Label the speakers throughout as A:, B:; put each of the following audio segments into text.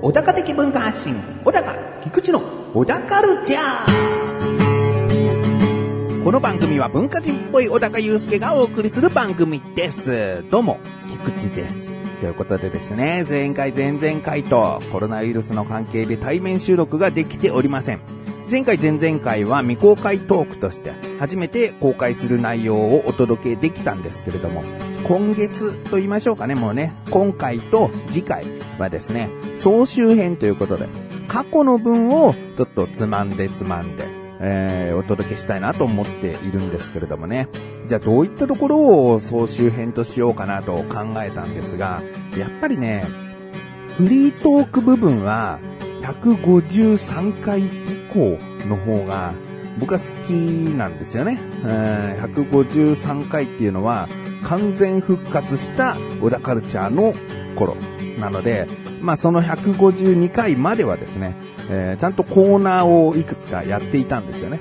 A: 小高的文化発信、小高、菊池の小高ルチャー。この番組は文化人っぽい小高祐介がお送りする番組です。どうも、菊池です。ということでですね、前回前々回とコロナウイルスの関係で対面収録ができておりません。前回前々回は未公開トークとして初めて公開する内容をお届けできたんですけれども、今月と言いましょうかね、もうね、今回と次回はですね、総集編ということで、過去の分をちょっとつまんでつまんで、えー、お届けしたいなと思っているんですけれどもね。じゃあどういったところを総集編としようかなと考えたんですが、やっぱりね、フリートーク部分は153回以降の方が僕は好きなんですよね。うん153回っていうのは完全復活した小田カルチャーの頃なので、まあその152回まではですね、えーちゃんとコーナーをいくつかやっていたんですよね。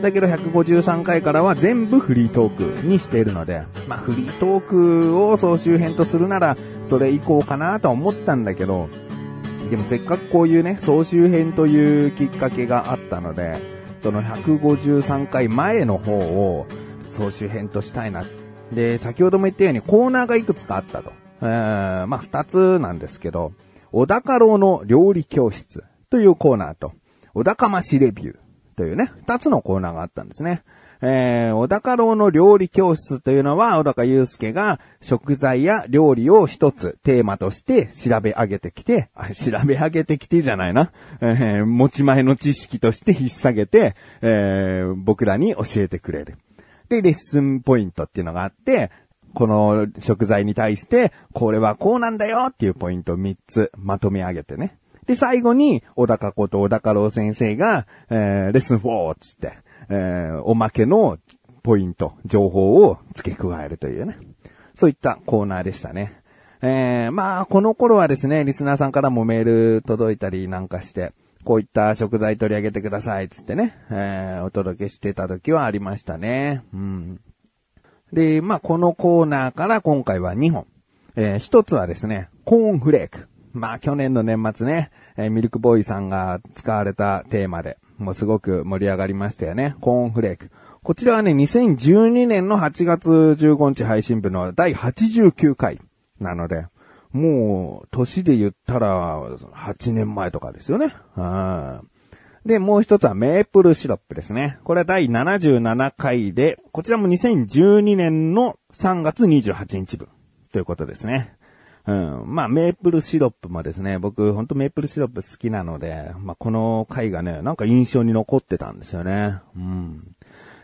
A: だけど153回からは全部フリートークにしているので、まあフリートークを総集編とするなら、それ以降かなとは思ったんだけど、でもせっかくこういうね、総集編というきっかけがあったので、その153回前の方を総集編としたいな。で、先ほども言ったようにコーナーがいくつかあったと。えー、まあ二つなんですけど、小高郎の料理教室というコーナーと、小高ましレビューというね、二つのコーナーがあったんですね。えー、小高郎の料理教室というのは、小高祐介が食材や料理を一つテーマとして調べ上げてきて、あ調べ上げてきてじゃないな、えー持ち前の知識として引っ提げて、えー僕らに教えてくれる。で、レッスンポイントっていうのがあって、この食材に対して、これはこうなんだよっていうポイントを3つまとめ上げてね。で、最後に、小高こと小高郎先生が、えー、レッスン4っつって、えー、おまけのポイント、情報を付け加えるというね。そういったコーナーでしたね。えー、まあ、この頃はですね、リスナーさんからもメール届いたりなんかして、こういった食材取り上げてください、つってね、えー、お届けしてた時はありましたね。うん。で、まあ、このコーナーから今回は2本。えー一つはですね、コーンフレーク。まあ、去年の年末ね、えーミルクボーイさんが使われたテーマで、もうすごく盛り上がりましたよね。コーンフレーク。こちらはね、2012年の8月15日配信部の第89回なので、もう、年で言ったら、8年前とかですよね。うん。で、もう一つはメープルシロップですね。これは第77回で、こちらも2012年の3月28日分ということですね。うん。まあ、メープルシロップもですね、僕、ほんとメープルシロップ好きなので、まあ、この回がね、なんか印象に残ってたんですよね。うん。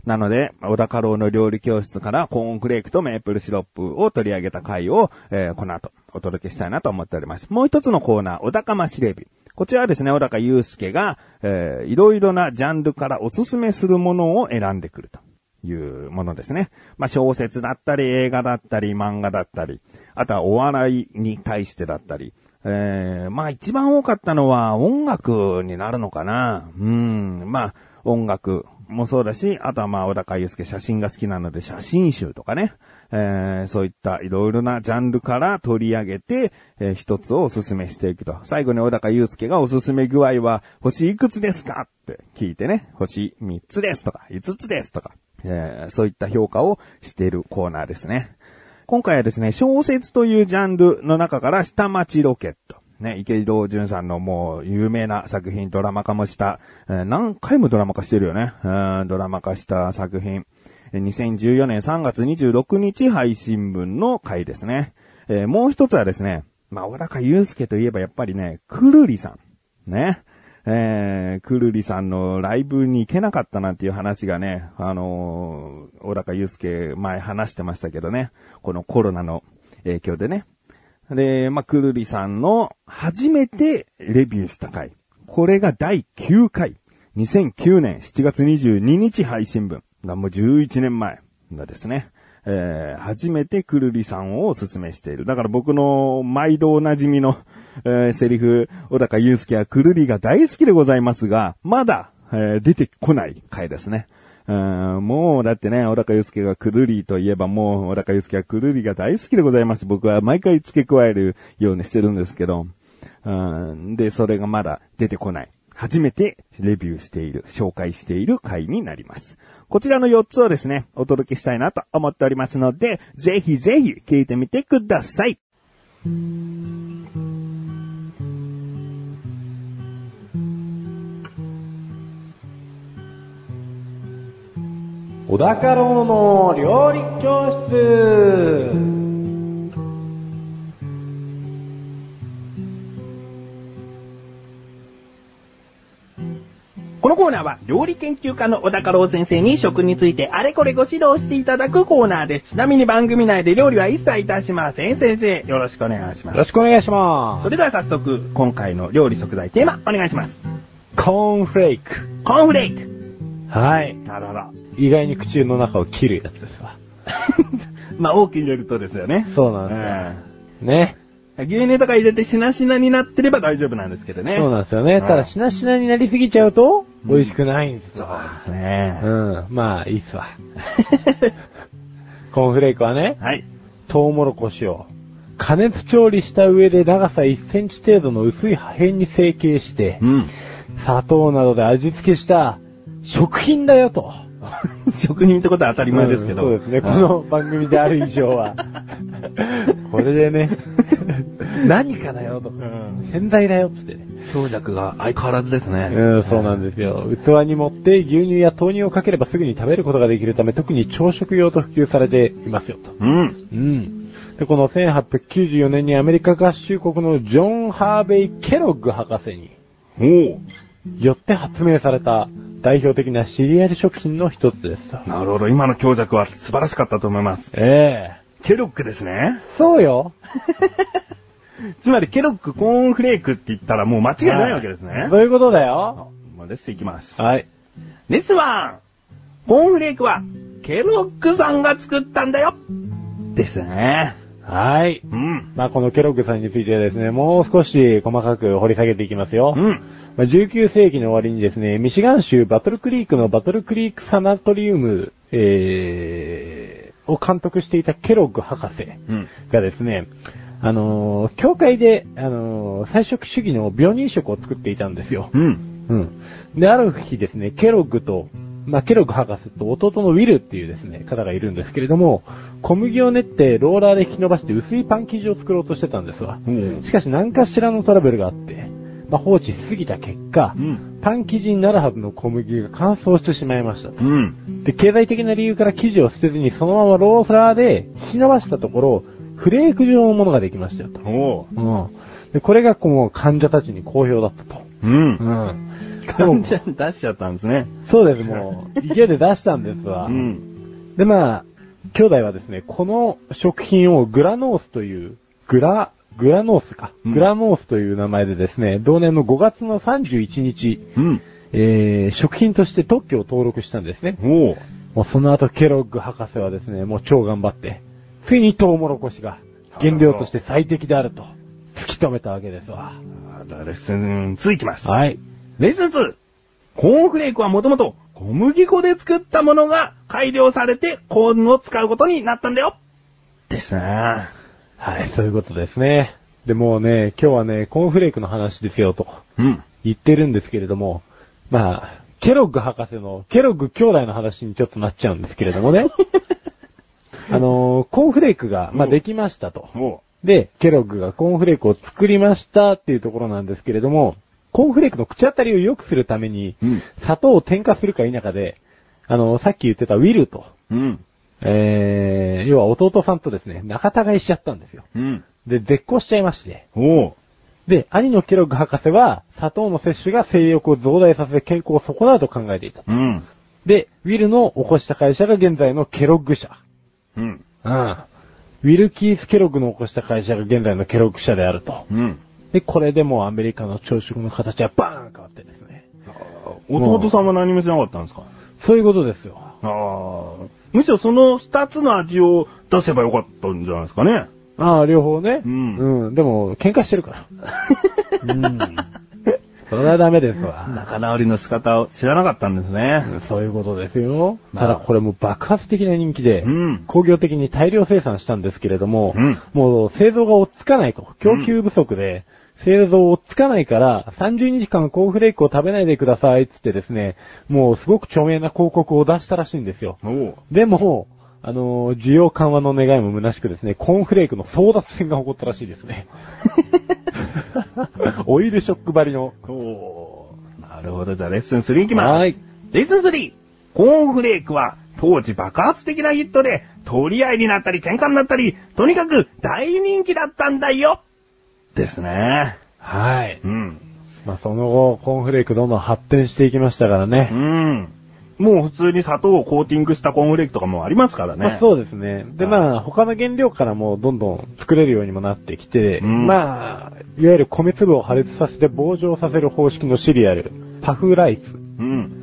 A: なので、小田家老の料理教室からコーンフレークとメープルシロップを取り上げた回を、えーこの後お届けしたいなと思っております。もう一つのコーナー、小高ましレビュー。こちらはですね、小高祐介が、えーいろいろなジャンルからおすすめするものを選んでくるというものですね。まあ、小説だったり、映画だったり、漫画だったり、あとはお笑いに対してだったり、えー、まあ一番多かったのは音楽になるのかな。うん、まあ音楽もそうだし、あとはまあ小高祐介写真が好きなので写真集とかね。えー、そういったいろいろなジャンルから取り上げて、えー一つをおすすめしていくと。最後に小高祐介がおすすめ具合は星いくつですかって聞いてね、星3つですとか5つですとか、えー、そういった評価をしているコーナーですね。今回はですね、小説というジャンルの中から下町ロケット。ね、池井道淳さんのもう有名な作品ドラマ化もした、えー何回もドラマ化してるよね。うん、ドラマ化した作品。えー2014年3月26日配信分の回ですね。えーもう一つはですね、まあ、小高祐介といえばやっぱりね、くるりさん。ね。えー、くるりさんのライブに行けなかったなんていう話がね、あのー、小高祐介前話してましたけどね、このコロナの影響でね。で、まあ、くるりさんの初めてレビューした回。これが第9回。2009年7月22日配信分。だもう11年前のですね。えー、初めてくるりさんをおすすめしている。だから僕の毎度おなじみの、えーセリフ、小高祐介はくるりが大好きでございますが、まだ、ええー出てこない回ですね。うんもう、だってね、小高祐介がくるりといえばもう、小高祐介はくるりが大好きでございます。僕は毎回付け加えるようにしてるんですけど。うんで、それがまだ出てこない。初めてレビューしている、紹介している回になります。こちらの4つをですね、お届けしたいなと思っておりますので、ぜひぜひ聞いてみてください。
B: 小高郎の料理教室
C: このコーナーは料理研究家の小高郎先生に食についてあれこれご指導していただくコーナーです。ちなみに番組内で料理は一切いたしません。先生、よろしくお願いしま
B: よろ
C: す。
B: しくお願いしま
C: それでは早速、今回の料理食材テーマ、お願いします。
B: す。コーンフレーク。
C: コーンフレーク。
B: はい。
C: あらら。
B: 意外に口の中を切るやつですわ。
C: まあ、大きく入れるとですよね。
B: そうなんですよ。ね。
C: うん牛乳とか入れてしなしなになってれば大丈夫なんですけどね。
B: そうなんですよね。
C: うん
B: ただ、しなしなになりすぎちゃうと、
C: うん
B: 美味しくないんです
C: そう
B: わ。
C: ですね。
B: うん。まあ、いいっ すわ。コーンフレークはね、
C: はい。
B: トウモロコシを加熱調理した上で長さ1センチ程度の薄い破片に成形して、
A: うん。
B: 砂糖などで味付けした食品だよと。
C: 職人ってことは当たり前ですけど。
B: うんそうですね。この番組である以上は。 これでね、 何かだよと。洗剤だよっつってね。
C: 強弱が相変わらずですね。
B: うん、そうなんですよ。器に盛って牛乳や豆乳をかければすぐに食べることができるため、特に朝食用と普及されていますよと。
A: うん。
B: うん。で、この1894年にアメリカ合衆国のジョン・ハーベイ・ケロッグ博士に
A: おー
B: よって発明された代表的なシリアル食品の一つですと。
A: なるほど。今の強弱は素晴らしかったと思います。
B: え
A: ケロックですね
B: え。そうよ。
A: つまりケロックコーンフレークって言ったらもう間違いないわけですね。
B: そういうことだよ。
A: まあ、レッスンいきます。
B: はい。
C: レスワンコーンフレークは、ケロックさんが作ったんだよ
A: ですね。
B: はい。
A: うん。
B: まあ、このケロッグさんについてはですね、もう少し細かく掘り下げていきますよ。
A: うん。
B: まあ、19世紀の終わりにですね、ミシガン州バトルクリークのバトルクリークサナトリウム、えー、を監督していたケロッグ博士
A: うん。
B: がですね、あのー教会で、あのー菜食主義の病人食を作っていたんですよ。
A: うん。
B: うん。で、ある日ですね、ケロッグと、まあ、ケロッグ博士と弟のウィルっていうですね、方がいるんですけれども、小麦を練ってローラーで引き伸ばして薄いパン生地を作ろうとしてたんですわ。
A: うん。
B: しかし何かしらのトラブルがあって、まあ、放置しすぎた結果、
A: うん。
B: パン生地になるはずの小麦が乾燥してしまいました。
A: うん。
B: で、経済的な理由から生地を捨てずにそのままローラーで引き伸ばしたところ、フレーク状のものができましたよと。
A: おう。
B: うん。で、これがこう患者たちに好評だったと。
A: うん
B: う。 ん。でも
A: 患者に 出しちゃったんですね。
B: そうです、もう。家で出したんですわ。
A: うん。
B: で、まあ、兄弟はですね、この食品をグラノースという、グラ、グラノースか。
A: うん
B: グラノースという名前でですね、同年の5月の31日、
A: うん。
B: えー、食品として特許を登録したんですね。
A: おう。
B: もうその後、ケロッグ博士はですね、もう超頑張って、ついにトウモロコシが原料として最適であると、突き止めたわけですわ。
A: あだレッスン2いきます。
B: はい。
C: レッスン 2! コーンフレークはもともと小麦粉で作ったものが改良されてコーンを使うことになったんだよ
A: ですね。
B: はい、そういうことですね。で、もうね、今日はね、コーンフレークの話ですよと
A: うん。
B: 言ってるんですけれども、まあ、ケロッグ博士の、ケロッグ兄弟の話にちょっとなっちゃうんですけれど もね。あのーコーンフレークが、まあ、できましたと。
A: おう。
B: で、ケロッグがコーンフレークを作りましたっていうところなんですけれども、コーンフレークの口当たりを良くするために、
A: うん。
B: 砂糖を添加するか否かで、あの、さっき言ってたウィルと、
A: うん。
B: えー、要は弟さんとですね、仲違いしちゃったんですよ。
A: うん。
B: で、絶交しちゃいまして。
A: おう。
B: で、兄のケロッグ博士は、砂糖の摂取が性欲を増大させ健康を損なうと考えていた。
A: うん。
B: で、ウィルの起こした会社が現在のケロッグ社。
A: うん。
B: うん。ウィルキース・ケロッグの起こした会社が現在のケロッグ社であると。
A: うん。
B: で、これでもうアメリカの朝食の形はバーン変わってですね。
A: 弟さんは何もしなかったんですか
B: そういうことですよ。
A: ああ。むしろその二つの味を出せばよかったんじゃないですかね。
B: ああ、両方ね。
A: うん
B: うん。でも、喧嘩してるから。うん。それはダメですわ。
C: 仲直りの仕方を知らなかったんですね。
B: そういうことですよ。
C: まあ
B: ただこれもう爆発的な人気で、
C: うん。
B: 工業的に大量生産したんですけれども、
C: うん
B: もう製造が追っつかないと、供給不足で、製造追っつかないから、30日間コーンフレークを食べないでくださいっつってですね、もうすごく著名な広告を出したらしいんですよ。
C: おう
B: でも、あのー、需要緩和の願いも虚しくですね、コーンフレークの争奪戦が起こったらしいで すね。 オイルショック張りの。
C: おうなるほど。じゃあレッスン3いきます。
B: はい。
C: レッスン 3! コーンフレークは当時爆発的なヒットで取り合いになったり喧嘩になったり、とにかく大人気だったんだよですね。
B: はい。
C: うん。
B: まあ、その後、コーンフレークどんどん発展していきましたからね。
C: うん。もう普通に砂糖をコーティングしたコーンフレークとかもありますからね。
B: まあ、そうですね。で、
C: はい
B: まあ、他の原料からもどんどん作れるようにもなってきて、
C: うん
B: まあ、いわゆる米粒を破裂させて膨張させる方式のシリアル、パフライス、
C: うん。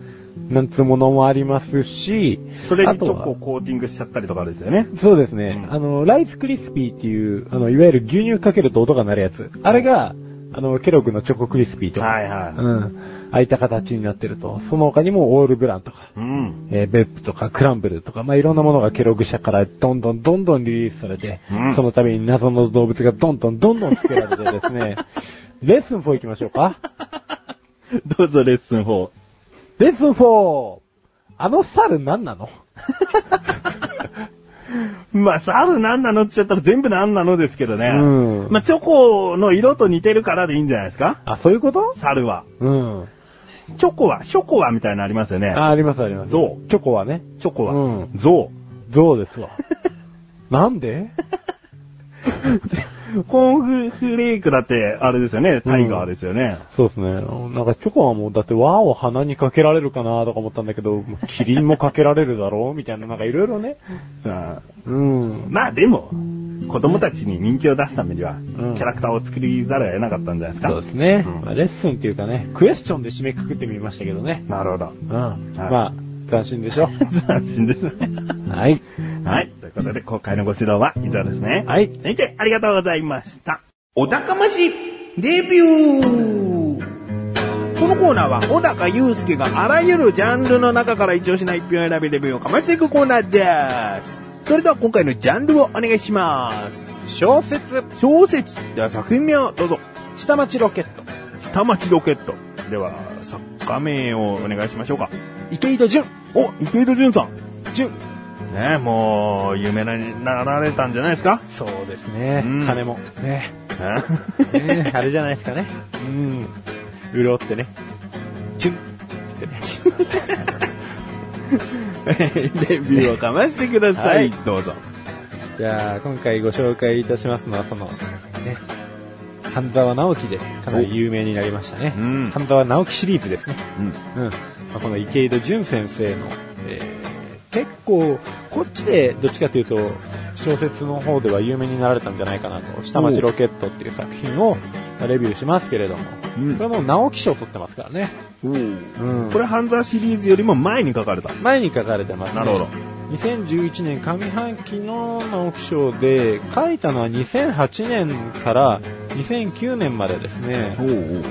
B: なんつうものもありますし、
C: それ
B: あ
C: にチ
B: と
C: ョ
B: は
C: コをコーティングしちゃったりとかですよね。
B: そうですね。
C: うん
B: あの、ライスクリスピーっていう、あの、いわゆる牛乳かけると音が鳴るやつ。あれが、あの、ケロッグのチョコクリスピーとか、
C: はいは
B: うん、あいた形になってると。その他にもオールブランとか、
C: い。うん。
B: えーベップとかクランブルとか、まあ、いろんなものがケロッグ社からどんどんどんどんリリースされて、
C: うん
B: その度に謎の動物がどんどんどんどん作られて ですね、レッスン4行きましょうか。
C: どうぞレッスン4。
B: レッスン 4! あの猿何なの
C: まあ、猿何なのって言っちゃったら全部何なのですけどね。
B: うん
C: まあ、チョコの色と似てるからでいいんじゃないですか
B: あ、そういうこと
C: 猿は。
B: うん。
C: チョコは、ショコはみたいなのありますよね。
B: あ、ありますあります。
C: ゾ
B: チョコはね。
C: チョコは。
B: うん
C: ゾ
B: ゾ ウですわ。なんで
C: ウ。コーンフレークだって、あれですよね。タイガーですよね。
B: そうですね。なんかチョコはもう、だって輪を鼻にかけられるかなとか思ったんだけど、もうキリンもかけられるだろうみたいな、なんかいろいろね。
C: うん
B: うん。
C: まあでも、子供たちに人気を出すためには、
B: ん
C: キャラクターを作りざるを得なかったんじゃないですか。
B: そうですね。
C: うん
B: まあレッスンっていうかね、クエスチョンで締めくくってみましたけどね。
C: なるほど。
B: うん。まあ、斬新でし ょ。
C: 斬新ですね。
B: はい。
C: はい。ということで、今回のご指導は以上ですね。
B: はい。
C: 先生、ありがとうございました。お高ましレビュー
A: このコーナーは小高祐介があらゆるジャンルの中から一押しな一票を選びレビューをかましていくコーナーです。それでは今回のジャンルをお願いします。
B: 小説、
A: 小説。では作品名をどうぞ。
B: 下町ロケット、
A: 下町ロケット。では作家名をお願いしましょうか。
B: 池井戸潤、
A: お、池井戸潤さん。
B: 潤。
A: ねえ、もう、有名になられたんじゃないですか
B: そうですね。
A: うん
B: 金も。ね。
A: え
B: ねあれじゃないですかね。うん。うろってね。潤。
A: レビューをかましてください。
B: はい
A: どうぞ。
B: じゃあ、今回ご紹介いたしますのは、その、ね、半沢直樹でかなり有名になりましたね。
A: うん
B: 半沢直樹シリーズですね。
A: うん。
B: うん。まあ、この池井戸潤先生の、えー結構、こっちでどっちかというと、小説の方では有名になられたんじゃないかなと、下町ロケットっていう作品をまあレビューしますけれども、
A: うん
B: これもう直木賞取ってますからね。うん
A: これ、ハンザーシリーズよりも前に書かれた。
B: 前に書かれてますね。
A: なるほど。
B: 2011年上半期の直木賞で書いたのは2008年から2009年までですね、
A: おう
B: うん、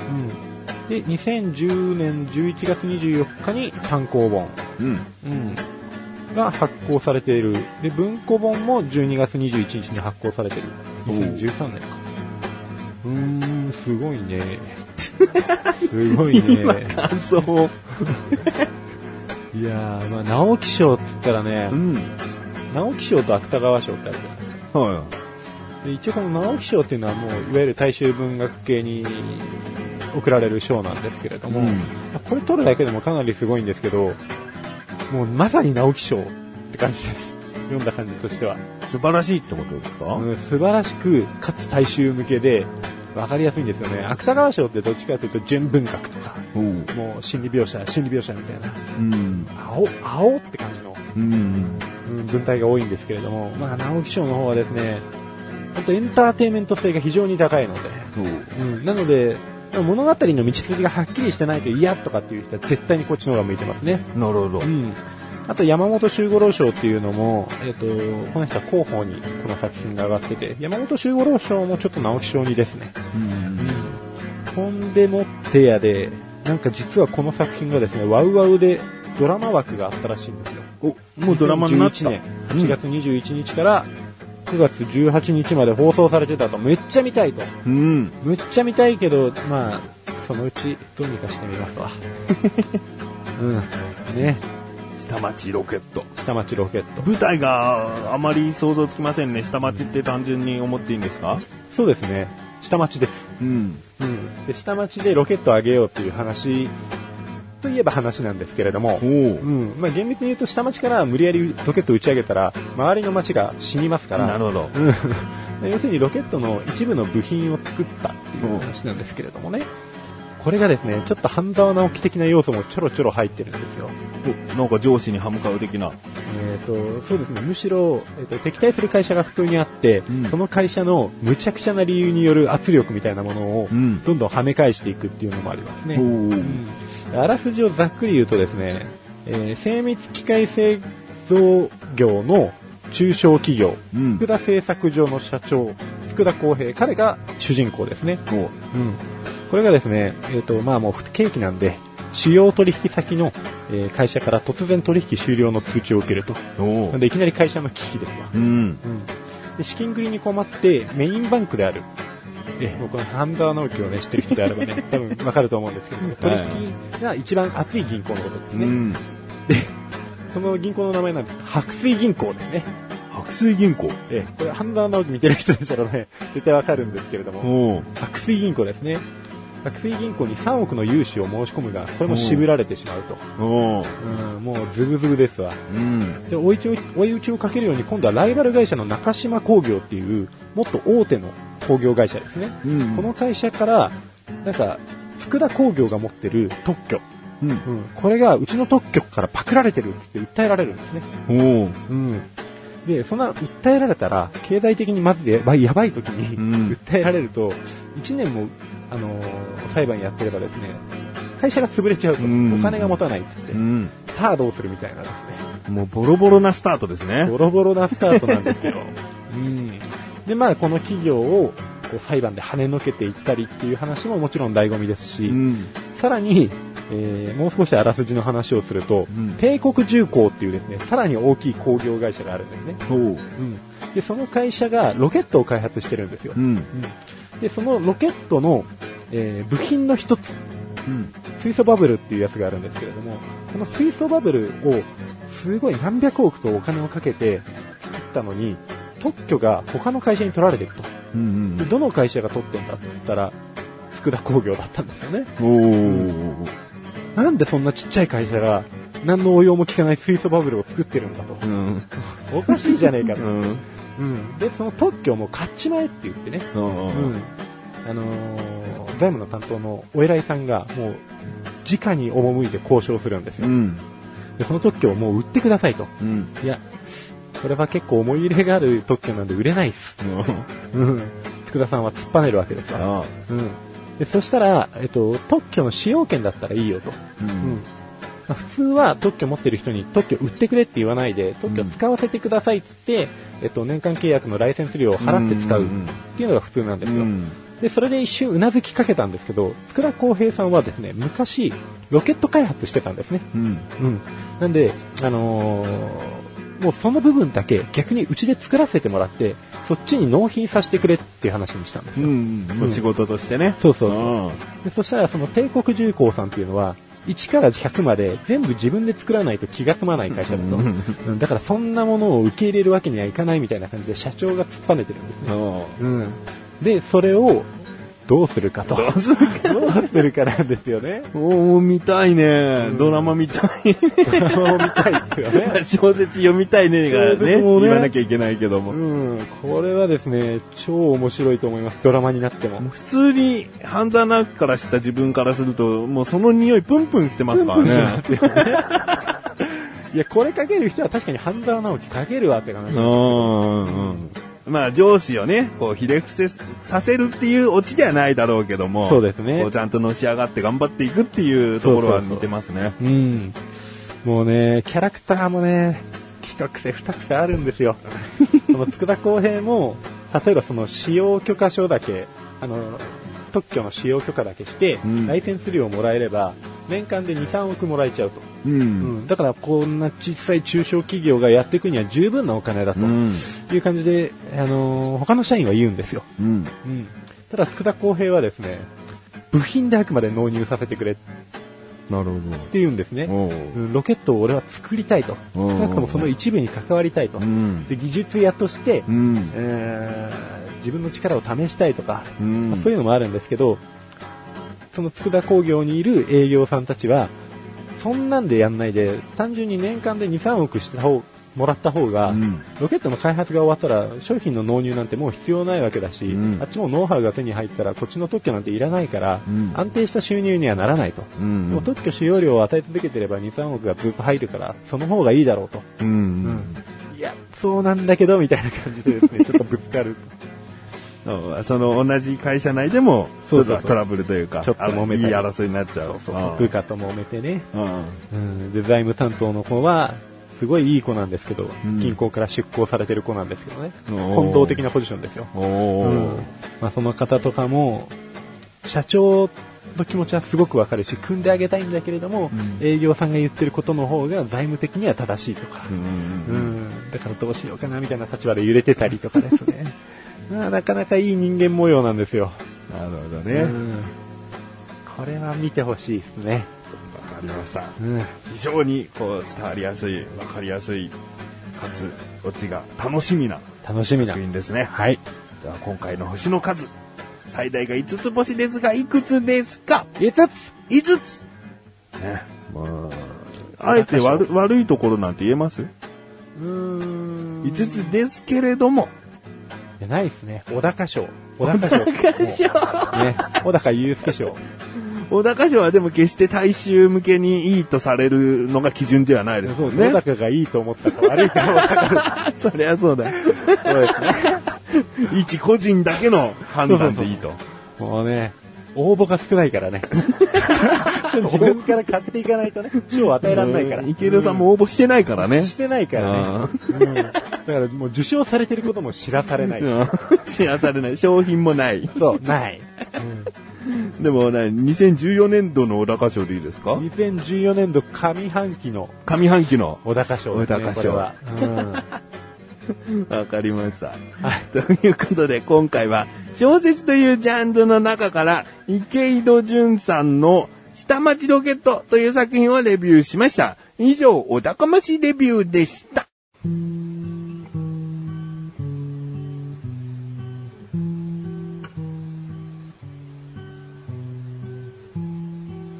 B: で2010年11月24日に単行本、
A: うん。
B: うん、が発行されているで文庫本も12月21日に発行されている
A: おう
B: 2013年かうーんすごい ねすごい
A: 今、
B: ね
A: 感想を。
B: いやー、まあ、直木賞っつったらね、
A: ん。
B: 直木賞と芥川賞ってあるじゃないですか
A: は
B: で一応この直木賞っていうのはもういわゆる大衆文学系に贈られる賞なんですけれど
A: い。
B: も、これ取るだけでもかなりすごいんですけどもうまさに直木賞って感じです読んだ感じとしては、
A: 素晴らしいってことですか
B: うん素晴らしくかつ大衆向けで分かりやすいんですよね芥川賞ってどっちかというと純文学とか
A: おう
B: もう心理描写心理描写みたいな
A: うん。
B: 青青って感じの
A: うん。
B: うん文体が多いんですけれども、まあ、直木賞の方はですね、本当エンターテインメント性が非常に高いので、
A: おう
B: うん、なので、物語の道筋がはっきりしてないと嫌とかっていう人は絶対にこっちの方が向いてますね。
A: なるほど
B: う。ん。あと、山本周五郎賞っていうのも、えっ、と、この人は広報にこの作品が上がってて、山本周五郎賞もちょっと直木賞にですね、
A: うん。
B: ほんでもってやで、なんか実はこの作品がですね、ワウワウでドラマ枠があったらしいんですよ。
A: お、もうドラマになった。
B: 2011年8月21日から9月18日まで放送されてたと。めっちゃ見たいと。
A: うん。
B: むっちゃ見たいけど、まあ、そのうちどうにかしてみま すわ。うん。ね。
A: 下町ロケット。
B: 下町ロケット。
A: 舞台があまり想像つきませんね。下町って単純に思っていいんですか
B: そうですね。下町です。
A: うん。
B: うん。で、下町でロケットを上げようっていう話、といえば話なんですけれども
A: お、お
B: う。ん。まあ厳密に言うと下町から無理やりロケットを打ち上げたら、周りの町が死にますから、
A: なるほど。
B: うん、要するにロケットの一部の部品を作ったっていう話なんですけれどもね。これがですね、ちょっと半沢直樹的な要素もちょろちょろ入ってるんですよ。
A: おなんか上司に歯向かう的な。
B: えっ、と、そうですね、むしろ、えーと敵対する会社が普通にあって、
A: うん
B: その会社の無茶苦茶な理由による圧力みたいなものを、
A: ん。
B: どんどん跳ね返していくっていうのもありますね。
A: おお
B: あらすじをざっくり言うとですね、えー精密機械製造業の中小企業、
A: うん
B: 福田製作所の社長、福田康平、彼が主人公ですね。
A: お
B: うん。これがですね、えっ、と、まあもう不景気なんで、主要取引先の、えー会社から突然取引終了の通知を受けると。
A: お
B: なんでいきなり会社の危機ですわ。
A: うん。
B: うん。で、資金繰りに困って、メインバンクである。え、もうこのハンダー直樹をね、知ってる人であれば ね、多分わかると思うんですけど、取引が一番熱い銀行のことです
A: う
B: ね。
A: ん。
B: その銀行の名前なんです。白水銀行ですね。
A: 白水銀行。
B: ええ、これハンダー直樹見てる人でしたらね、絶対わかるんですけれども、
A: おお。
B: 白水銀行ですね。白水銀行に3億の融資を申し込むが、これも渋られてしまうと。
A: おお。
B: うん、もうズブズブですわ。
A: うん。
B: で追い打ちを追い打ちをかけるように今度はライバル会社の中島工業っていうもっと大手の工業会社ですね、
A: うん
B: この会社からなんか佃工業が持ってる特許、
A: うん。
B: うん、これがうちの特許からパクられてるって言って訴えられるんですね、
A: おお。
B: うん、でそんな訴えられたら経済的にまずやばいやばい時に、
A: うん
B: 訴えられると1年も、あのー裁判やってればですね会社が潰れちゃうと、
A: うん
B: お金が持たないっつって、
A: うん。
B: さあどうするみたいなですね
A: もうボロボロなスタートですね。
B: ボロボロなスタートなんですよ。うん。で、まあ、この企業を、こう、裁判で跳ねのけていったりっていう話ももちろん醍醐味ですし、
A: ん。
B: さらに、えーもう少しあらすじの話をすると、
A: うん
B: 帝国重工っていうですね、さらに大きい工業会社があるんですね。
A: おお。
B: うん。で、その会社がロケットを開発してるんですよ。
A: ん。
B: で、そのロケットの、えー部品の一つ、
A: うん。
B: 水素バブルっていうやつがあるんですけれども、この水素バブルをすごい何百億とお金をかけて作ったのに、特許が他の会社に取られていくと。
A: うん
B: でどの会社が取ってんだって言ったら、福田工業だったんですよね。
A: おお。
B: なんでそんなちっちゃい会社が何の応用も効かない水素バブルを作ってるんだ
A: う
B: と。
A: ん。
B: おかしいじゃねえか
A: う
B: と。
A: ん。
B: うん。で、その特許をもう買っちまえって言ってね。うん。あのー財務の担当のお偉いさんがもう、直に赴いて交渉するんですよ。
A: ん。
B: で、その特許をもう売ってくださいと。
A: うん。
B: いや、これは結構思い入れがある特許なんで売れないっす。うん。福田さんは突っぱねるわけですから。
A: ああ。
B: うん。で、そしたら、えっと、特許の使用権だったらいいよと。
A: う。
B: うんまあ普通は特許持ってる人に特許売ってくれって言わないで、特許使わせてくださいって言って、えっと、年間契約のライセンス料を払って使うっていうのが普通なんですよ。
A: ん。
B: で、それで一瞬うなずきかけたんですけど、福田浩平さんはですね、昔、ロケット開発してたんですね。
A: うん。
B: うん。なんで、あのーもうその部分だけ逆にうちで作らせてもらって、そっちに納品させてくれっていう話にしたんです
A: う
B: よ。
A: ん。お仕事としてね。
B: そうそうそう
A: あ
B: で。そしたらその帝国重工さんっていうのは、1から100まで全部自分で作らないと気が済まない会社だと。うんだからそんなものを受け入れるわけにはいかないみたいな感じで社長が突っぱねてるんですね。
A: あ。
B: うん。で、それをどうするかと。
A: どうす
B: どうするかなんですよね。
A: おお見たいね。ドラマ見たい。
B: そう見たいですよね。
A: 小説読みたいねがね、
B: 小説
A: 言
B: もね
A: わなきゃいけないけども。
B: うん、これはですね、超面白いと思います、ドラマになっても。
A: 普通に、半沢直樹から知った自分からすると、もうその匂いプンプンしてますからね。
B: いや、これかける人は確かに半沢直樹かけるわって話。
A: うんうんうん。まあ、上司をね、こう、ひれ伏せさせるっていうオチではないだろうけども。
B: そうですね
A: こう、ちゃんとのし上がって頑張っていくっていうところは似てますね。
B: うん。もうね、キャラクターもね、一癖二癖ある んですよ。その、佃康平も、例えばその、使用許可証だけ、あの、特許の使用許可だけして、
A: うん
B: ライセンス料をもらえれば、年間で2、3億もらえちゃうと。
A: うん。
B: だから、こんな小さい中小企業がやっていくには十分なお金だと
A: うん。
B: いう感じで、あのー他の社員は言うんですよ。
A: うん。
B: ただ、佃公平はですね、部品であくまで納入させてくれって
A: なるほ
B: 言うんですね。
A: ど。おう
B: うんロケットを俺は作りたいと。
A: う
B: 少
A: ん
B: なくともその一部に関わりたいと
A: う。ん。
B: で、技術屋として
A: う、ん。
B: えー自分の力を試したいとか、
A: う
B: まあ
A: ん
B: そういうのもあるんですけど、その佃工業にいる営業さんたちは、そんなんでやんないで、単純に年間で2、3億した方、もらった方が、
A: うん
B: ロケットの開発が終わったら、商品の納入なんてもう必要ないわけだし、
A: うん
B: あっちもノウハウが手に入ったら、こっちの特許なんていらないから、
A: うん
B: 安定した収入にはならないと。
A: う
B: でも
A: ん。
B: 特許使用料を与え続けてれば2、3億がずっと入るから、その方がいいだろうと。
A: うん。
B: いや、そうなんだけど、みたいな感じ でですね、ちょっとぶつかる。
A: あその同じ会社内でも、
B: そうそうそ
A: ち
B: う
A: ょっとトラブルというか、
B: ちょっと揉めたり
A: あいい争いになっちゃう。
B: そう
A: ああ
B: そう、部下と揉めてね。
A: うん
B: うん、で、財務担当の子は、すごいいい子なんですけど、
A: うん
B: 銀行から出向されてる子なんですけどね。
A: おー
B: 混同的なポジションですよ。
A: お
B: うん
A: ー
B: まあ、その方とかも、社長の気持ちはすごくわかるし、組んであげたいんだけれども、
A: うん
B: 営業さんが言ってることの方が財務的には正しいとか、
A: う
B: うんん、だからどうしようかなみたいな立場で揺れてたりとかです ね。まあ、なかなかいい人間模様なんですよ。
A: なるほど
B: う
A: ね。
B: んこれは見てほしいですね。
A: わかりました。
B: うん
A: 非常にこう伝わりやすい、わかりやすい、かつ、オチが楽しみな
B: 楽しみだ
A: 作。品ですね。
B: はい。
A: では今回の星の数、最大が5つ星ですが、いくつですか
B: 5つ
A: ?5 つね。まあ、あえて悪悪いところなんて言えます
B: うーん。
A: 5つですけれども、
B: じゃないですね。小高賞。小高賞。もうね。小高祐介賞。
A: 小高賞はでも決して大衆向けにいいとされるのが基準ではないです
B: そ
A: よ
B: う、小
A: ね。
B: 高がいいと思ったか悪いと思ったか。
A: そりゃそうだ。
B: そうですね。
A: 一個人だけの判断でいいと。
B: もうね、応募が少ないからね。自分から買っていかないとね、賞を与えられないから。
A: うん池田さんも応募してないからね。
B: してないからね。うんだからもう受賞されてることも知らされない。
A: うん知らされない。商品もない。
B: そう、ない。
A: でもね、2014年度の小高賞でいいですか
B: 2014年度上半期の
A: 上半期の。
B: 小高賞ですね。
A: 小高賞
B: これは。うん
A: わかりました。ということで、今回は小説というジャンルの中から、池井戸潤さんの下町ロケットという作品をレビューしました。以上、小高ましレビューでした。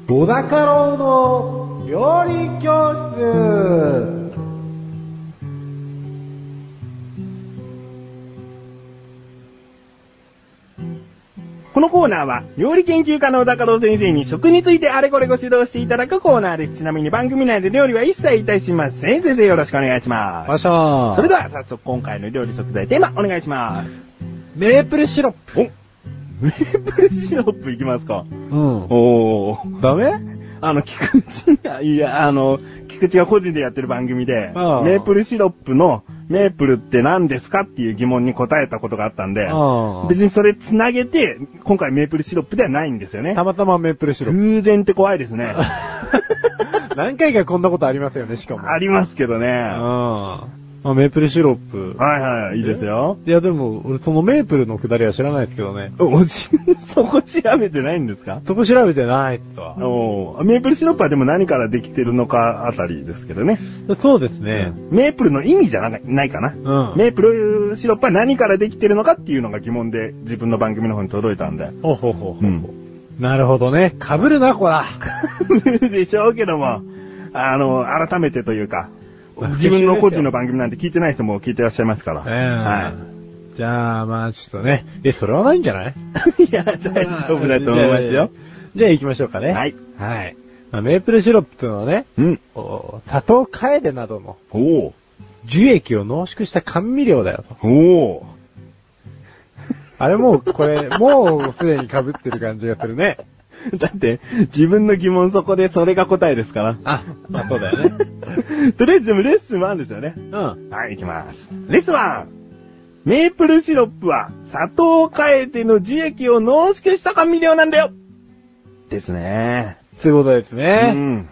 B: 小高郎の料理教室
C: このコーナーは、料理研究家の小高堂先生に食についてあれこれご指導していただくコーナーです。ちなみに番組内で料理は一切いたしません。先生よろしくお願いします。
B: しょ
C: それでは早速今回の料理食材テーマお願いします。
B: メープルシロップ。
A: おメープルシロップいきますか
B: う
A: おー。
B: ん。ダメ
C: あの、菊池が、いや、あの、菊池が個人でやってる番組で、
B: ああ
C: メープルシロップのメープルって何ですかっていう疑問に答えたことがあったんで、
B: ああ
C: 別にそれ繋げて、今回メープルシロップではないんですよね。
B: たまたまメープルシロッ プ。
C: 偶然って怖いですね。
B: 何回かこんなことありますよね、しか も。
C: ありますけどね。は
B: うん。あ、メープルシロップ
C: い。はい、いいですよ。
B: いや、でも、俺そのメープルのくだりは知らないですけどね。
C: お、し、そこ調べてないんですか
B: そこ調べてないっすわ。
C: おーメープルシロップはでも何からできてるのかあたりですけどね。
B: そうですね。
C: メープルの意味じゃなないかな。
B: うん。
C: メープルシロップは何からできてるのかっていうのが疑問で自分の番組の方に届いたんで。
B: ほほほほ。
A: ん。
B: なるほどね。被るな、こら。
C: でしょうけども、あの、改めてというか、自分の個人の番組なんて聞いてない人も聞いてらっしゃいますから。
B: ええ。じゃあ、まあ、ちょっとね。え、それはないんじゃない
C: はい。 いや、大丈夫だと思いますよ。。
B: じゃあ行きましょうかね。
C: はい。
B: はい。まあ、メープルシロップというのはね、
A: うん。
B: お砂糖カエデなどの
A: おー。
B: 樹液を濃縮した甘味料だよと。
A: おー。
B: あれもう、こ れ、もうすでに被ってる感じがするね。
C: だって、自分の疑問そこでそれが答えですから。
B: あ、まあそうだよね。
C: とりあえずでもレッスン1ですよね
B: う。ん。
C: はい、いきます。レッスン 1!
A: メープルシロップは砂糖を変えての樹液を濃縮した甘味料なんだよですね。
B: そういうことですね。
A: うん。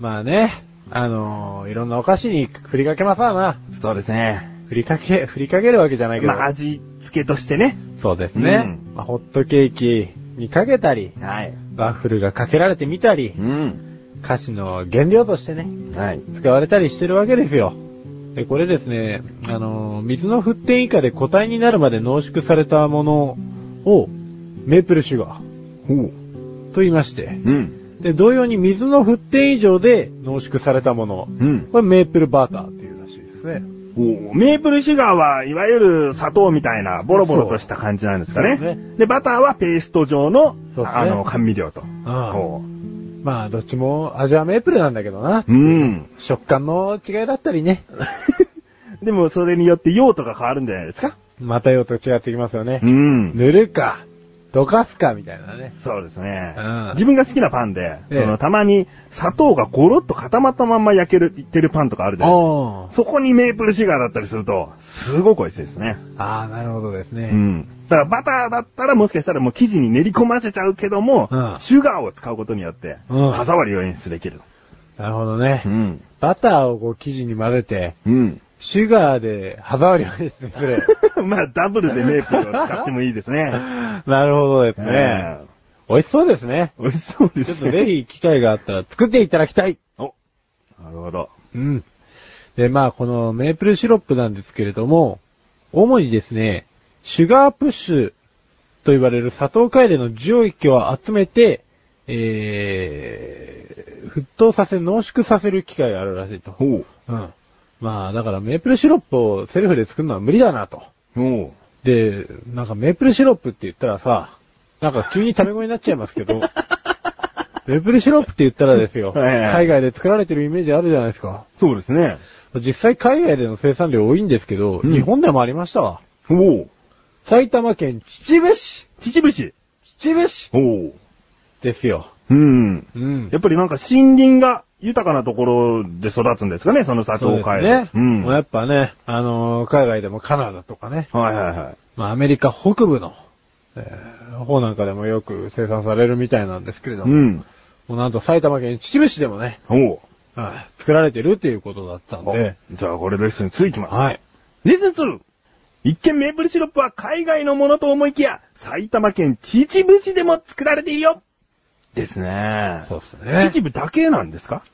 B: まあね、あのーいろんなお菓子に振りかけますわな。
A: そうですね。
B: 振りかけ、振りかけるわけじゃないけど。
A: まあ、味付けとしてね。
B: そうですね、
A: う
B: まあホットケーキにかけたり、
A: はい。
B: ワッフルがかけられてみたり
A: う、ん。
B: 菓子の原料としてね、
A: はい。
B: 使われたりしてるわけですよ。で、これですね、あのー水の沸点以下で固体になるまで濃縮されたものを、メープルシュガー
A: ほう。
B: と言いまして、
A: うん。
B: で、同様に水の沸点以上で濃縮されたもの、
A: うん。
B: これメープルバーターっていうらしいですね。
A: おメープルシュガーはいわゆる砂糖みたいなボロボロとした感じなんですかね。
B: そうです
A: で、バターはペースト状の、
B: そうですね
A: あの、甘味料と。
B: ああ
A: ほ
B: まあ、どっちも味はメープルなんだけどな。
A: う。うん。
B: 食感の違いだったりね。
A: でも、それによって用途が変わるんじゃないですか
B: また用と違ってきますよね。
A: ん。
B: 塗るか、溶かすかみたいなね。
A: そうですね
B: うん。
A: 自分が好きなパンで、
B: ええ
A: そのたまに砂糖がゴロッと固まったまんま焼ける、いってるパンとかあるじゃないです
B: あ
A: か。そこにメープルシュガーだったりすると、すごく美味しいですね。
B: あー、なるほどですね。
A: うん。だからバターだったらもしかしたらもう生地に練り込ませちゃうけども、
B: うん
A: シュガーを使うことによって、
B: うん
A: 歯触りを演出できる。
B: なるほどね。
A: ん。
B: バターをこう生地に混ぜて、
A: うん。
B: シュガーで歯触りを演出する。
A: まあ、ダブルでメープルを使ってもいいですね。
B: なるほどですね。
A: え
B: 美味しそうですね。
A: え美味しそうで
B: ちょっ
A: す
B: とぜ
A: ね。
B: ひ機会があったら作っていただきたい。
A: お、なるほど。
B: うん。で、まあ、このメープルシロップなんですけれども、主にですね、シュガープッシュと言われる砂糖カエデの樹液を集めて、えー、沸騰させ、濃縮させる機械があるらしいと。
A: ほう。
B: うん。まあ、だからメープルシロップをセルフで作るのは無理だなと。
A: ほう。
B: で、なんかメープルシロップって言ったらさ、なんか急に食べ声になっちゃいま すけど、メープルシロップって言ったらですよ、
A: はいはい
B: 海外で作られてるイメージあるじゃないですか。
A: そうですね。
B: 実際海外での生産量多いんですけど、
A: うん
B: 日本でもありましたわ。
A: ほう。
B: 埼玉県秩父市
A: 秩父市。
B: 秩父市
A: ほう。
B: ですよ。
A: うん。
B: うん。
A: やっぱりなんか森林が豊かなところで育つんですかね、その砂糖
B: そう
A: を変え
B: ですね。
A: うん。
B: もう
A: は
B: や
A: い
B: っぱね、あのー海外でもカナダとかね、
A: はいはい。
B: まあアメリカ北部の、えー方なんかでもよく生産されるみたいなんですけれど
A: う
B: も、
A: ん。
B: もうなんと埼玉県秩父市でもね、
A: ほう。
B: はい作られてるっていうことだったんで、
A: じゃあこれレッスン2いきます。
B: はい。
A: レッスン 2! 一見メープルシロップは海外のものと思いきや、埼玉県秩父市でも作られているよですね
B: そうですね。
A: 秩父だけなんですか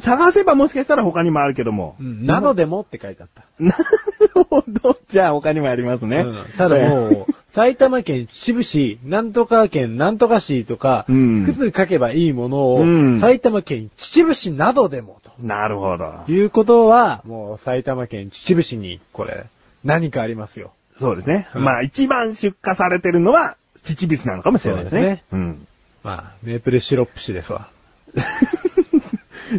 A: 探せばもしかしたら他にもあるけども。
B: うんなどでもって書いてあった。
A: なるほど。じゃあ他にもありますね。
B: うんただもう、埼玉県秩父市、なんとか県なんとか市とか、
A: うん
B: 複数書けばいいものを、
A: うん
B: 埼玉県秩父市などでも、
A: う。なるほど
B: と。いうことは、もう埼玉県秩父市に、これ、何かありますよ。
A: そうですね。
B: うん
A: まあ一番出荷されてるのは秩父市なのかもしれないですね。
B: そうですね
A: うん。
B: まあ、メープルシロップ市ですわ。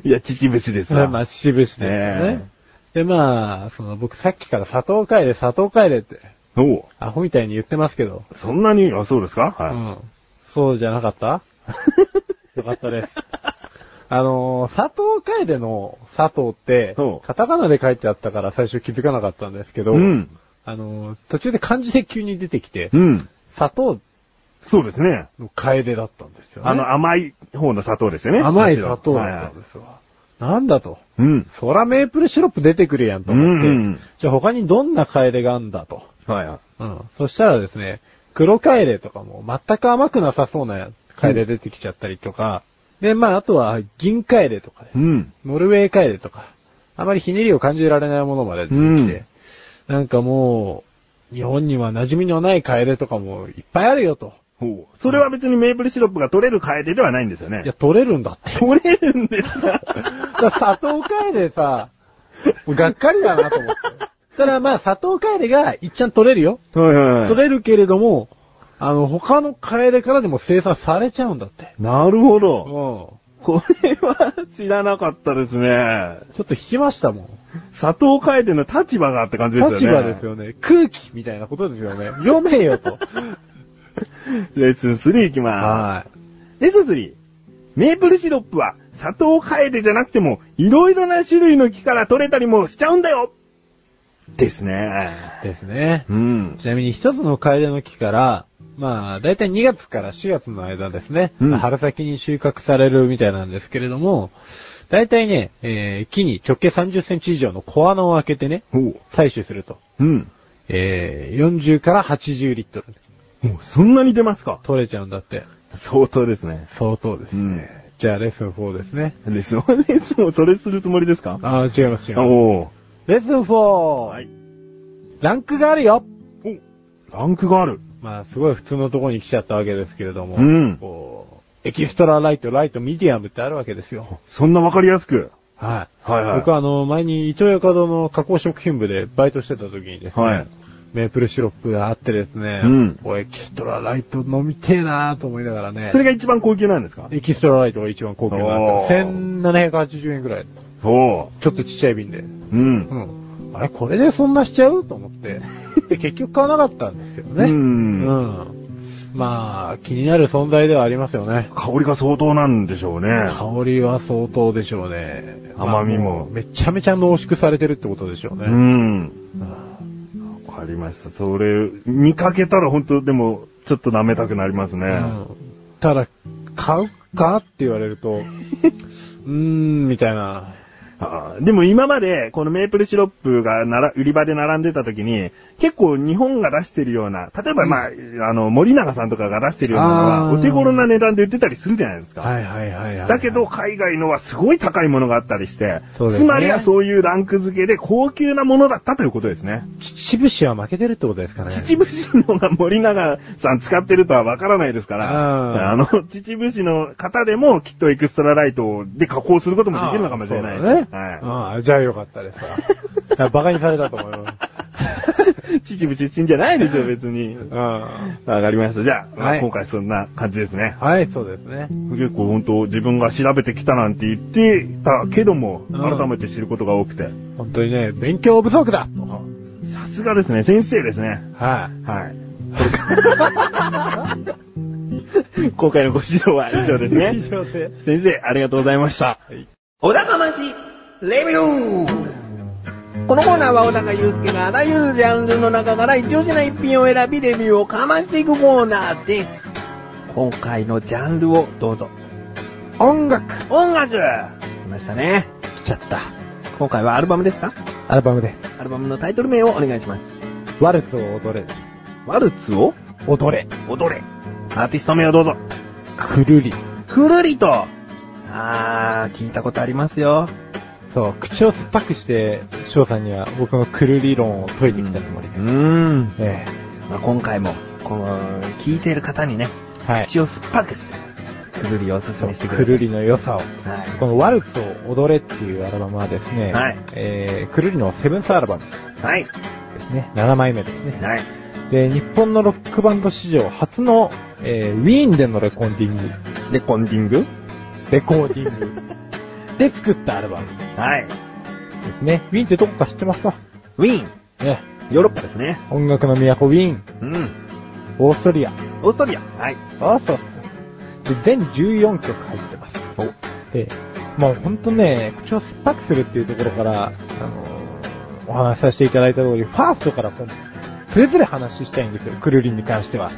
A: いや、秩父市ですわ。
B: まあ、秩父市ですよね。で、まあ、その僕さっきから砂糖カエデ、砂糖カエデって、
A: おう
B: アホみたいに言ってますけど、
A: そんなに、あ、そうですか
B: う
A: は
B: ん。そうじゃなかった よかったです。あのー、佐藤楓の佐藤って
A: そ、う
B: カタカナで書いてあったから最初気づかなかったんですけ
A: い。
B: ど、
A: うん。
B: あのー、途中で漢字で急に出てきて
A: う、ん。
B: 佐藤
A: そうですね。
B: の楓だったんですよね。
A: あの、甘い方の砂糖ですよね。
B: 甘い砂糖
A: はい
B: だ
A: は
B: ったんですわ。なんだと。
A: い。うん。
B: そらメープルシロップ出てくるやんと思って、
A: うんうん
B: じゃあ他にどんな楓があんだと。
A: はいはい。
B: うん。そしたらですね、黒カエデとかも全く甘くなさそうなカエデ出てきちゃったりとか、で、まあ、あとは銀カエデとか、
A: うん。
B: ノルウェーカエデとか、あまりひねりを感じられないものまで出てきて、
A: うん
B: なんかもう、日本には馴染みのないカエデとかもいっぱいあるよと。
A: ほう。それは別にメープルシロップが取れるカエデではないんですよね。
B: いや、取れるんだって。
A: 取れるんですか
B: だから砂糖カエデさ、もうがっかりだなと思って。 ただまあ、砂糖カエデがいっちゃん取れるよ。
A: はいは
B: 取れるけれども、あの、他のカエデからでも生産されちゃうんだって。
A: なるほ
B: うん。ち
A: ど。
B: ょ
A: これは知らなかったですね。
B: っと引きましたもん。
A: 砂糖カエデの立場がって感じですよね。
B: 立場ですよね。空気みたいなことです よね。読めよと。
A: レッスン3いきま
B: は
A: す。レッスン 3! メープルシロップは砂糖カエデじゃなくてもいろいろな種類の木から取れたりもしちゃうんだよですね。
B: ですね。
A: うん。
B: ちなみに一つの楓の木から、まあ、だいたい2月から4月の間ですね、
A: うん
B: まあ春先に収穫されるみたいなんですけれども、だいたいね、えー木に直径30センチ以上の小穴を開けてね、
A: おう。
B: 採取すると、
A: うん。
B: えー40から80リットル
A: もうそんなに出ますか
B: 取れちゃうんだって。
A: 相当ですね。
B: 相当です。
A: うん。
B: じゃあ、レッスン4ですね。
A: でしょいつもそれするつもりですか
B: ああ、違います、違います。
A: おう
B: レッスン 4!
A: はい
B: ランクがあるよ
A: ランクがある。
B: まあ、すごい普通のところに来ちゃったわけですけれども、
A: うん
B: こう、エキストラライト、ライト、ミディアムってあるわけですよ。
A: そんなわかりやすく。
B: はい。
A: はいはい
B: 僕はあの、前に伊東洋華堂の加工食品部でバイトしてた時にですね、
A: はい
B: メープルシロップがあってですね、
A: うん
B: こうエキストラライト飲みてえなと思いながらね
A: そ、れが一番高級なんですか
B: エキストラライトが一番高級なんですよ。1780円くらい。
A: おう。
B: ちょっとちっちゃい瓶で。
A: う。
B: うんん。あれ、これでそんなしちゃうと思って。 で、結局買わなかったんですけどね。
A: うん
B: うんまあ、気になる存在ではありますよね。
A: 香りが相当なんでしょうね。
B: 香りは相当でしょうね。
A: 甘みも
B: まあうめちゃめちゃ濃縮されてるってことでしょうね。
A: うん。
B: うん
A: わかりました。それ、見かけたら本当でも、ちょっと舐めたくなりますね。
B: うんただ、買うかって言われると、 うーん、みたいな。
A: あーでも今まで、このメープルシロップがなら売り場で並んでた時に、結構日本が出してるような、例えばまあ、あの、森永さんとかが出してるようなの
B: あ
A: は、
B: ー
A: お手頃な値段で売ってたりするじゃないですか。
B: はいはいはいはい。
A: だけど、、海外のはすごい高いものがあったりして、
B: そうです
A: つ
B: ね
A: まりはそういうランク付けで高級なものだったということですね。
B: 秩父市は負けてるってことですかね。
A: 秩父市のが森永さん使ってるとはわからないですから、
B: うん
A: あの、秩父市の方でもきっとエクストラライトで加工することもできるのかもしれないです
B: ああそうだね。
A: は
B: ああじゃあよかったですわ。だからバカにされたと思います。
A: い。秩父出身じゃないですよ、別に。
B: うん
A: わかりました。じゃあ、まあ
B: はい
A: 今回そんな感じですね。
B: はい、そうですね。
A: 結構本当自分が調べてきたなんて言ってたけども、
B: うん
A: 改めて知ることが多くて。
B: 本当にね、勉強不足だと
A: さすがですね、先生ですね。
B: は
A: はい。 今回のご指導は以上です
B: い。
A: ね。
B: 上で。
A: 先生、ありがとうございました。
D: 小高まし、レビューこのコーナーは小高祐介があらゆるジャンルの中から一押しな一品を選びレビューをかましていくコーナーです。今回のジャンルをどうぞ。音楽
A: 音楽
D: 来ましたね。来ちゃった。今回はアルバムですか
B: アルバムです。
D: アルバムのタイトル名をお願いします。
B: ワルツを踊れ。
D: ワルツを
B: 踊れ。
D: 踊れ。
A: アーティスト名をどうぞ。
B: くるり。
D: くるりと。あー、聞いたことありますよ。
B: そう、口を酸っぱくして、翔さんには僕のくるり論を解いてきたつもりです。
D: ん。
B: え
D: まあ、今回も、この、聞いている方にね、
B: えはい。
D: 口を酸っぱくして、くるりをおすす
B: そう
D: めしてくださ
B: く
D: い。
B: るりの良さを。
D: はい。
B: このワルツを踊れっていうアルバムはですね、
D: はい
B: えー、くるりのセブンスアルバムで
D: はい。
B: すね。7枚目ですね。
D: はい。
B: で、日本のロックバンド史上初の、えー、ウィーンでのレコーディング、
A: で、コンディング
B: レコーディングで作ったアルバムで
D: はい。
B: すね。ウィーンってどこか知ってますか
D: ウィーン。
B: ね。
D: ヨーロッパですね。
B: 音楽の都ウィーン、
D: うん。
B: オーストリア。
D: オーストリア。はい。
B: そうそうそう。で、全14曲入ってます。で、まあほんとね、口を酸っぱくするっていうところから、あのーお話しさせていただいた通り、ファーストから今度、それぞれ話したいんですよ。くるりんに関し ては。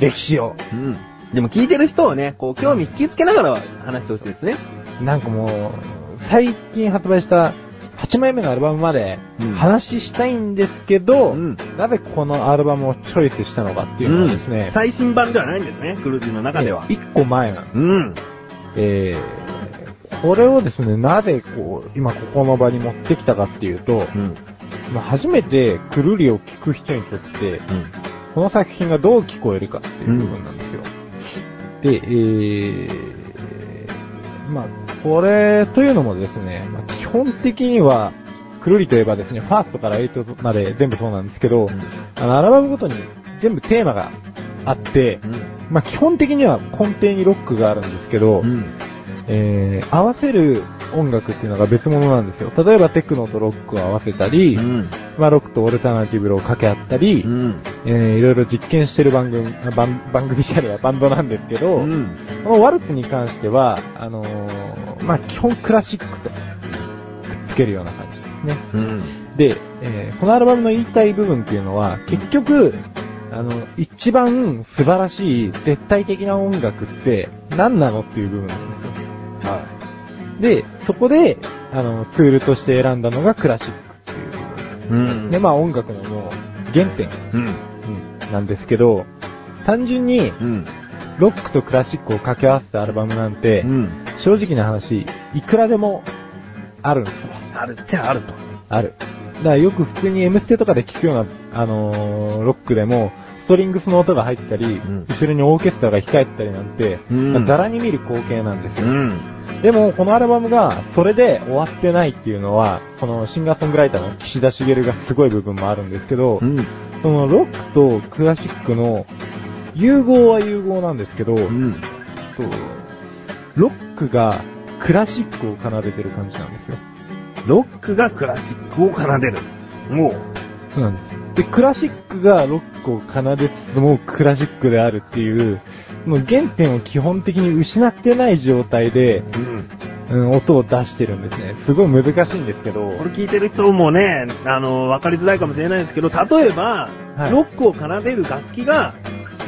B: 歴史を。
D: うん。でも聞いてる人をね、こう、興味引きつけながら話してほしいですね。
B: なんかもう、最近発売した8枚目のアルバムまで
D: うん
B: 話したいんですけど、
D: うん
B: なぜこのアルバムをチョイスしたのかっていうのはですね、
A: 最新版ではないんですね、クルージーの中では。
B: 1個前なの。
A: うん。
B: えー、これをですね、なぜこう、今ここの場に持ってきたかっていうと、
D: うん。
B: まあ初めてくるりを聴く人にとって、
D: うん。
B: この作品がどう聞こえるかっていう部分なんですよ。で、えー、まあ、これというのもですね、まあ基本的には、くるりといえばですね、ファーストから8まで全部そうなんですけど、あの、アルバムごとに全部テーマがあって、まあ、基本的には根底にロックがあるんですけど、
D: うん。
B: えー合わせる音楽っていうのが別物なんですよ。例えばテクノとロックを合わせたり、
D: うん。
B: まあ、ロックとオルタナティブを掛け合ったり、
D: うん。
B: えーいろいろ実験してる番組、あ番 番組じゃねえやバンドなんですけど、
D: うん。
B: このワルツに関しては、あのーまあ、基本クラシックとくっつけるような感じです。ね。
A: うん。
B: で、えーこのアルバムの言いたい部分っていうのは、結局、あの、一番素晴らしい絶対的な音楽って何なのっていう部分なんですよ。
A: は
B: で、そこで、あの、ツールとして選んだのがクラシックっていう部
A: い。
B: 分。
A: うん
B: で、まあ音楽のもう原点
A: うん。
B: うんなんですけど、単純に
A: うん。
B: ロックとクラシックを掛け合わせたアルバムなんて、
A: ん。
B: 正直な話、いくらでもあるんですよ。
A: あるっちゃあると。
B: ある。だからよく普通に M ステとかで聴くような、あのーロックでも、ストリングスの音が入ったり、
A: ん
B: 後ろにオーケストラが控えてたりなんて、
A: うん
B: まあざらに見る光景なんですよ。
A: ん。
B: でも、このアルバムが、それで終わってないっていうのは、このシンガーソングライターの岸田茂がすごい部分もあるんですけど、
A: ん。
B: そのロックとクラシックの融合は融合なんですけど、
A: ん。
B: とロックがクラシックを奏でてる感じなんですよ。
A: ロックがクラシックを奏でる。も
B: そうなんです。で、クラシックがロックを奏でつつもクラシックであるっていう、もう原点を基本的に失ってない状態で、
A: う。うん。
B: うん、音を出してるんですね。すごい難しいんですけど、
A: これ聞いてる人もね、あの、わかりづらいかもしれないですけど、例えば、
B: はい
A: ロックを奏でる楽器が、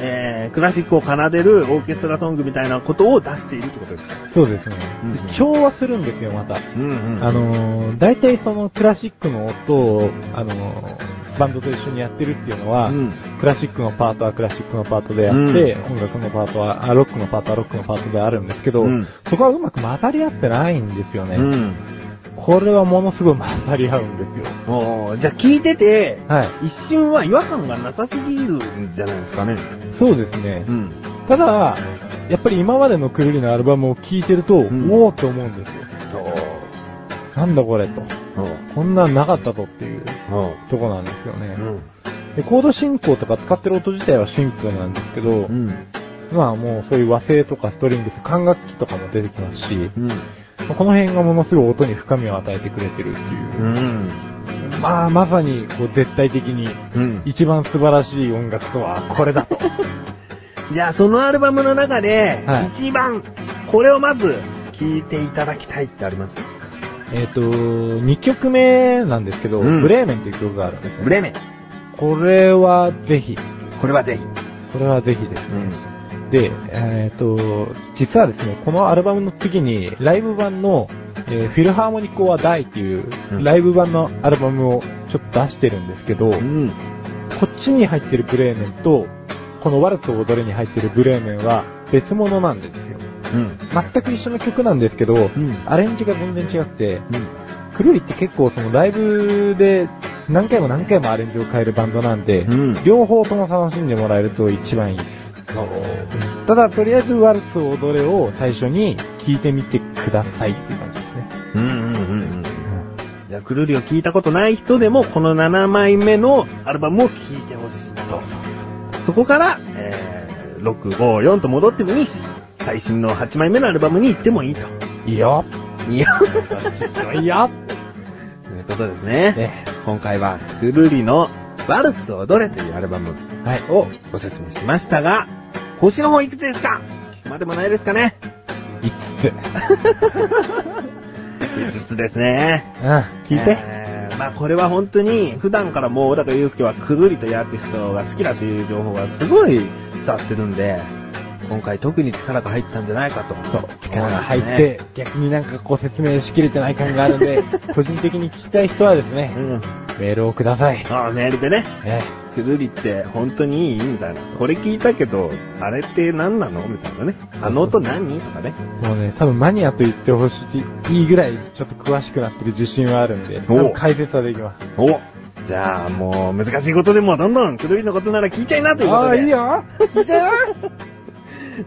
A: えー、クラシックを奏でるオーケストラソングみたいなことを出しているってことですか
B: そうですね。
A: うん
B: で調和するんですよ、また。
A: うん
B: あ、のー、大体そのクラシックの音を、あのー、バンドと一緒にやってるっていうのは、
A: うん。
B: クラシックのパートはクラシックのパートであって、音楽のパートは、あロックのパートはロックのパートであるんですけど、
A: うん
B: そこはうまく混ざり合ってないんですよね。
A: うん。
B: これはものすごい混ざり合うんですよ。
A: おーじゃあ聞いてて、
B: はい。
A: 一瞬は違和感がなさすぎるんじゃないですかね。
B: そうですね。
A: ん。
B: ただ、やっぱり今までのくるりのアルバムを聴いてると、
A: ん
B: おおって思うんですよ。なんだこれと。
A: お
B: こんなんなかったとっていう
A: お
B: とこなんですよね。
A: ん。
B: でコード進行とか使ってる音自体はシンプルなんですけど、
A: ん。
B: まあもうそういう和声とかストリングス、管楽器とかも出てきますし、
A: うん。
B: まあこの辺がものすごい音に深みを与えてくれてるっていう。
A: ん。
B: まあまさにこう絶対的に
A: うん。
B: 一番素晴らしい音楽とはこ れだと。
A: じゃあそのアルバムの中で、
B: はい
A: 一番、これをまず、聴いていただきたいってあります
B: えっと、2曲目なんですけど、
A: うん
B: ブレーメンっていう曲があるんです
A: ブ
B: ね。
A: レメン。
B: これはぜひ、
A: これはぜひ。
B: これはぜひです
A: う
B: ね。
A: ん。
B: で、えっ、と、実はですね、このアルバムの次に、ライブ版の、えーフィルハーモニコは大っていう
A: う、ん
B: ライブ版のアルバムをちょっと出してるんですけど、
A: ん。
B: こっちに入ってるブレーメンと、このワルツを踊れに入ってるブレーメンは別物なんですよ。
A: うん。
B: 全く一緒の曲なんですけど、
A: ん
B: アレンジが全然違くて、くるりって結構そのライブで何回も何回もアレンジを変えるバンドなんで、
A: うん
B: 両方とも楽しんでもらえると一番いいです。ただ、とりあえずワルツ踊れを最初に聴いてみてくださいっていう感じですね。
A: うんうんうんうん。じゃあ、くるりを聞いたことない人でも、この7枚目のアルバムを聴いてほしい。そうそこから、えー、6、5、4と戻ってもいいし、最新の8枚目のアルバムに行ってもいいと。
B: いいよ
A: い や、
B: いいよ
A: ということですね。
B: ね
A: 今回は、くるりのワルツを踊れというアルバム
B: はい。
A: をご説明しましたが、星の方いくつですか聞くまでもないですかね
B: 5つ。
A: ?5 つですね。
B: うん。聞いて。
A: えーまあこれは本当に普段からもう小高祐介はくるりというアーティストが好きだという情報がすごい伝わってるんで、今回特に力が入ったんじゃないかと。
B: そう、力が入って、逆になんかこう説明しきれてない感があるん で、個人的に聞きたい人はですね
A: う、ん。
B: メールをください。
A: ああ、メールでね、
B: え
A: くるりって本当にいいみたいな。これ聞いたけど、あれって何なのみたいなね。あの音何とかね。
B: えもうね、多分マニアと言ってほしいぐらい、ちょっと詳しくなってる自信はあるんで、多分解説はできます。
A: おじゃあもう難しいことでもどんどんくるりのことなら聞いちゃいなということで。
B: ああ、いいよ聞いちゃうよ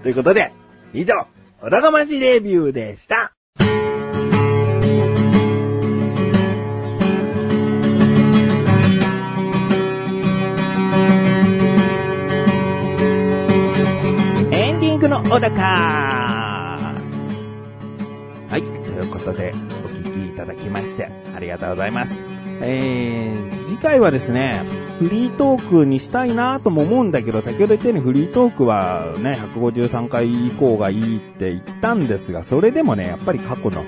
A: ということで、以上、おだがましレビューでした。
E: エンディングの小高はい、ということで、お聞きいただきまして、ありがとうございます。えー、次回はですね、フリートークにしたいなとも思うんだけど、先ほど言ったようにフリートークはね、153回以降がいいって言ったんですが、それでもね、やっぱり過去の、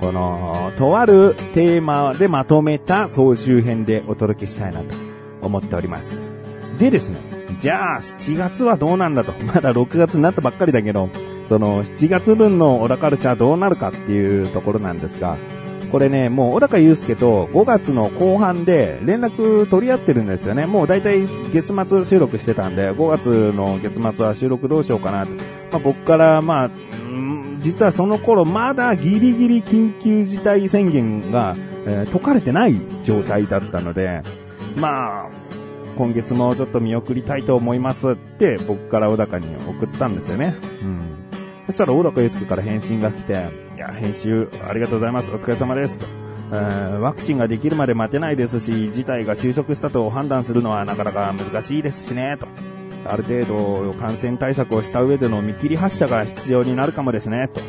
E: こ
A: この、とあるテーマでまとめた総集編でお届けしたいなと思っております。でですね、じゃあ7月はどうなんだと、まだ6月になったばっかりだけど、その7月分のオラカルチャーどうなるかっていうところなんですが、これね、もう小高祐介と5月の後半で連絡取り合ってるんですよね。もうだいたい月末収録してたんで、5月の月末は収録どうしようかなと。まあ、僕から、まあ、うん実はその頃まだギリギリ緊急事態宣言が、えー解かれてない状態だったので、まあ、今月もちょっと見送りたいと思いますって僕から小高に送ったんですよね。うん。そしたら小高祐介から返信が来て、いや、編集ありがとうございます。お疲れ様です。と。えーワクチンができるまで待てないですし、事態が収束したと判断するのはなかなか難しいですしね、と。ある程度感染対策をした上での見切り発車が必要になるかもですね、と。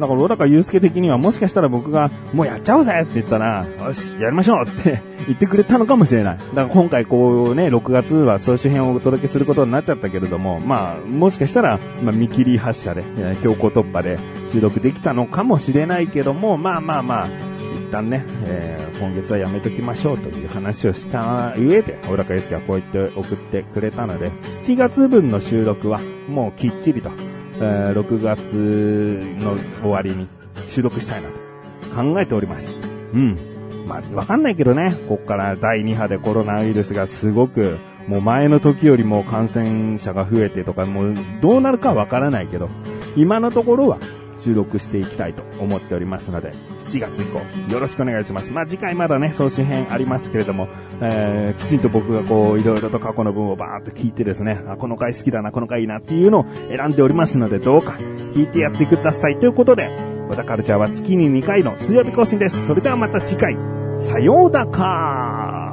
A: だから小高祐介的にはもしかしたら僕が、もうやっちゃおうぜって言ったら、よし、やりましょうって 言ってくれたのかもしれない。だから今回こうね、6月は総集編をお届けすることになっちゃったけれども、まあ、もしかしたら、まあ、見切り発車で、えー強行突破で収録できたのかもしれないけども、まあまあまあ、一旦ね、えー今月はやめときましょうという話をした上で、小高祐介はこう言って送ってくれたので、7月分の収録はもうきっちりと、えー6月の終わりに収録したいなと考えております。うん。まあ、わかんないけどね、こっから第2波でコロナウイルスがすごく、もう前の時よりも感染者が増えてとか、もうどうなるかわからないけど、今のところは収録していきたいと思っておりますので、7月以降、よろしくお願いします。まあ、次回まだね、総集編ありますけれども、えー、きちんと僕がこう、いろいろと過去の文をバーッと聞いてですね、あ、この回好きだな、この回いいなっていうのを選んでおりますので、どうか聞いてやってください。ということで、小田カルチャーは月に2回の水曜日更新です。それではまた次回、さようだかー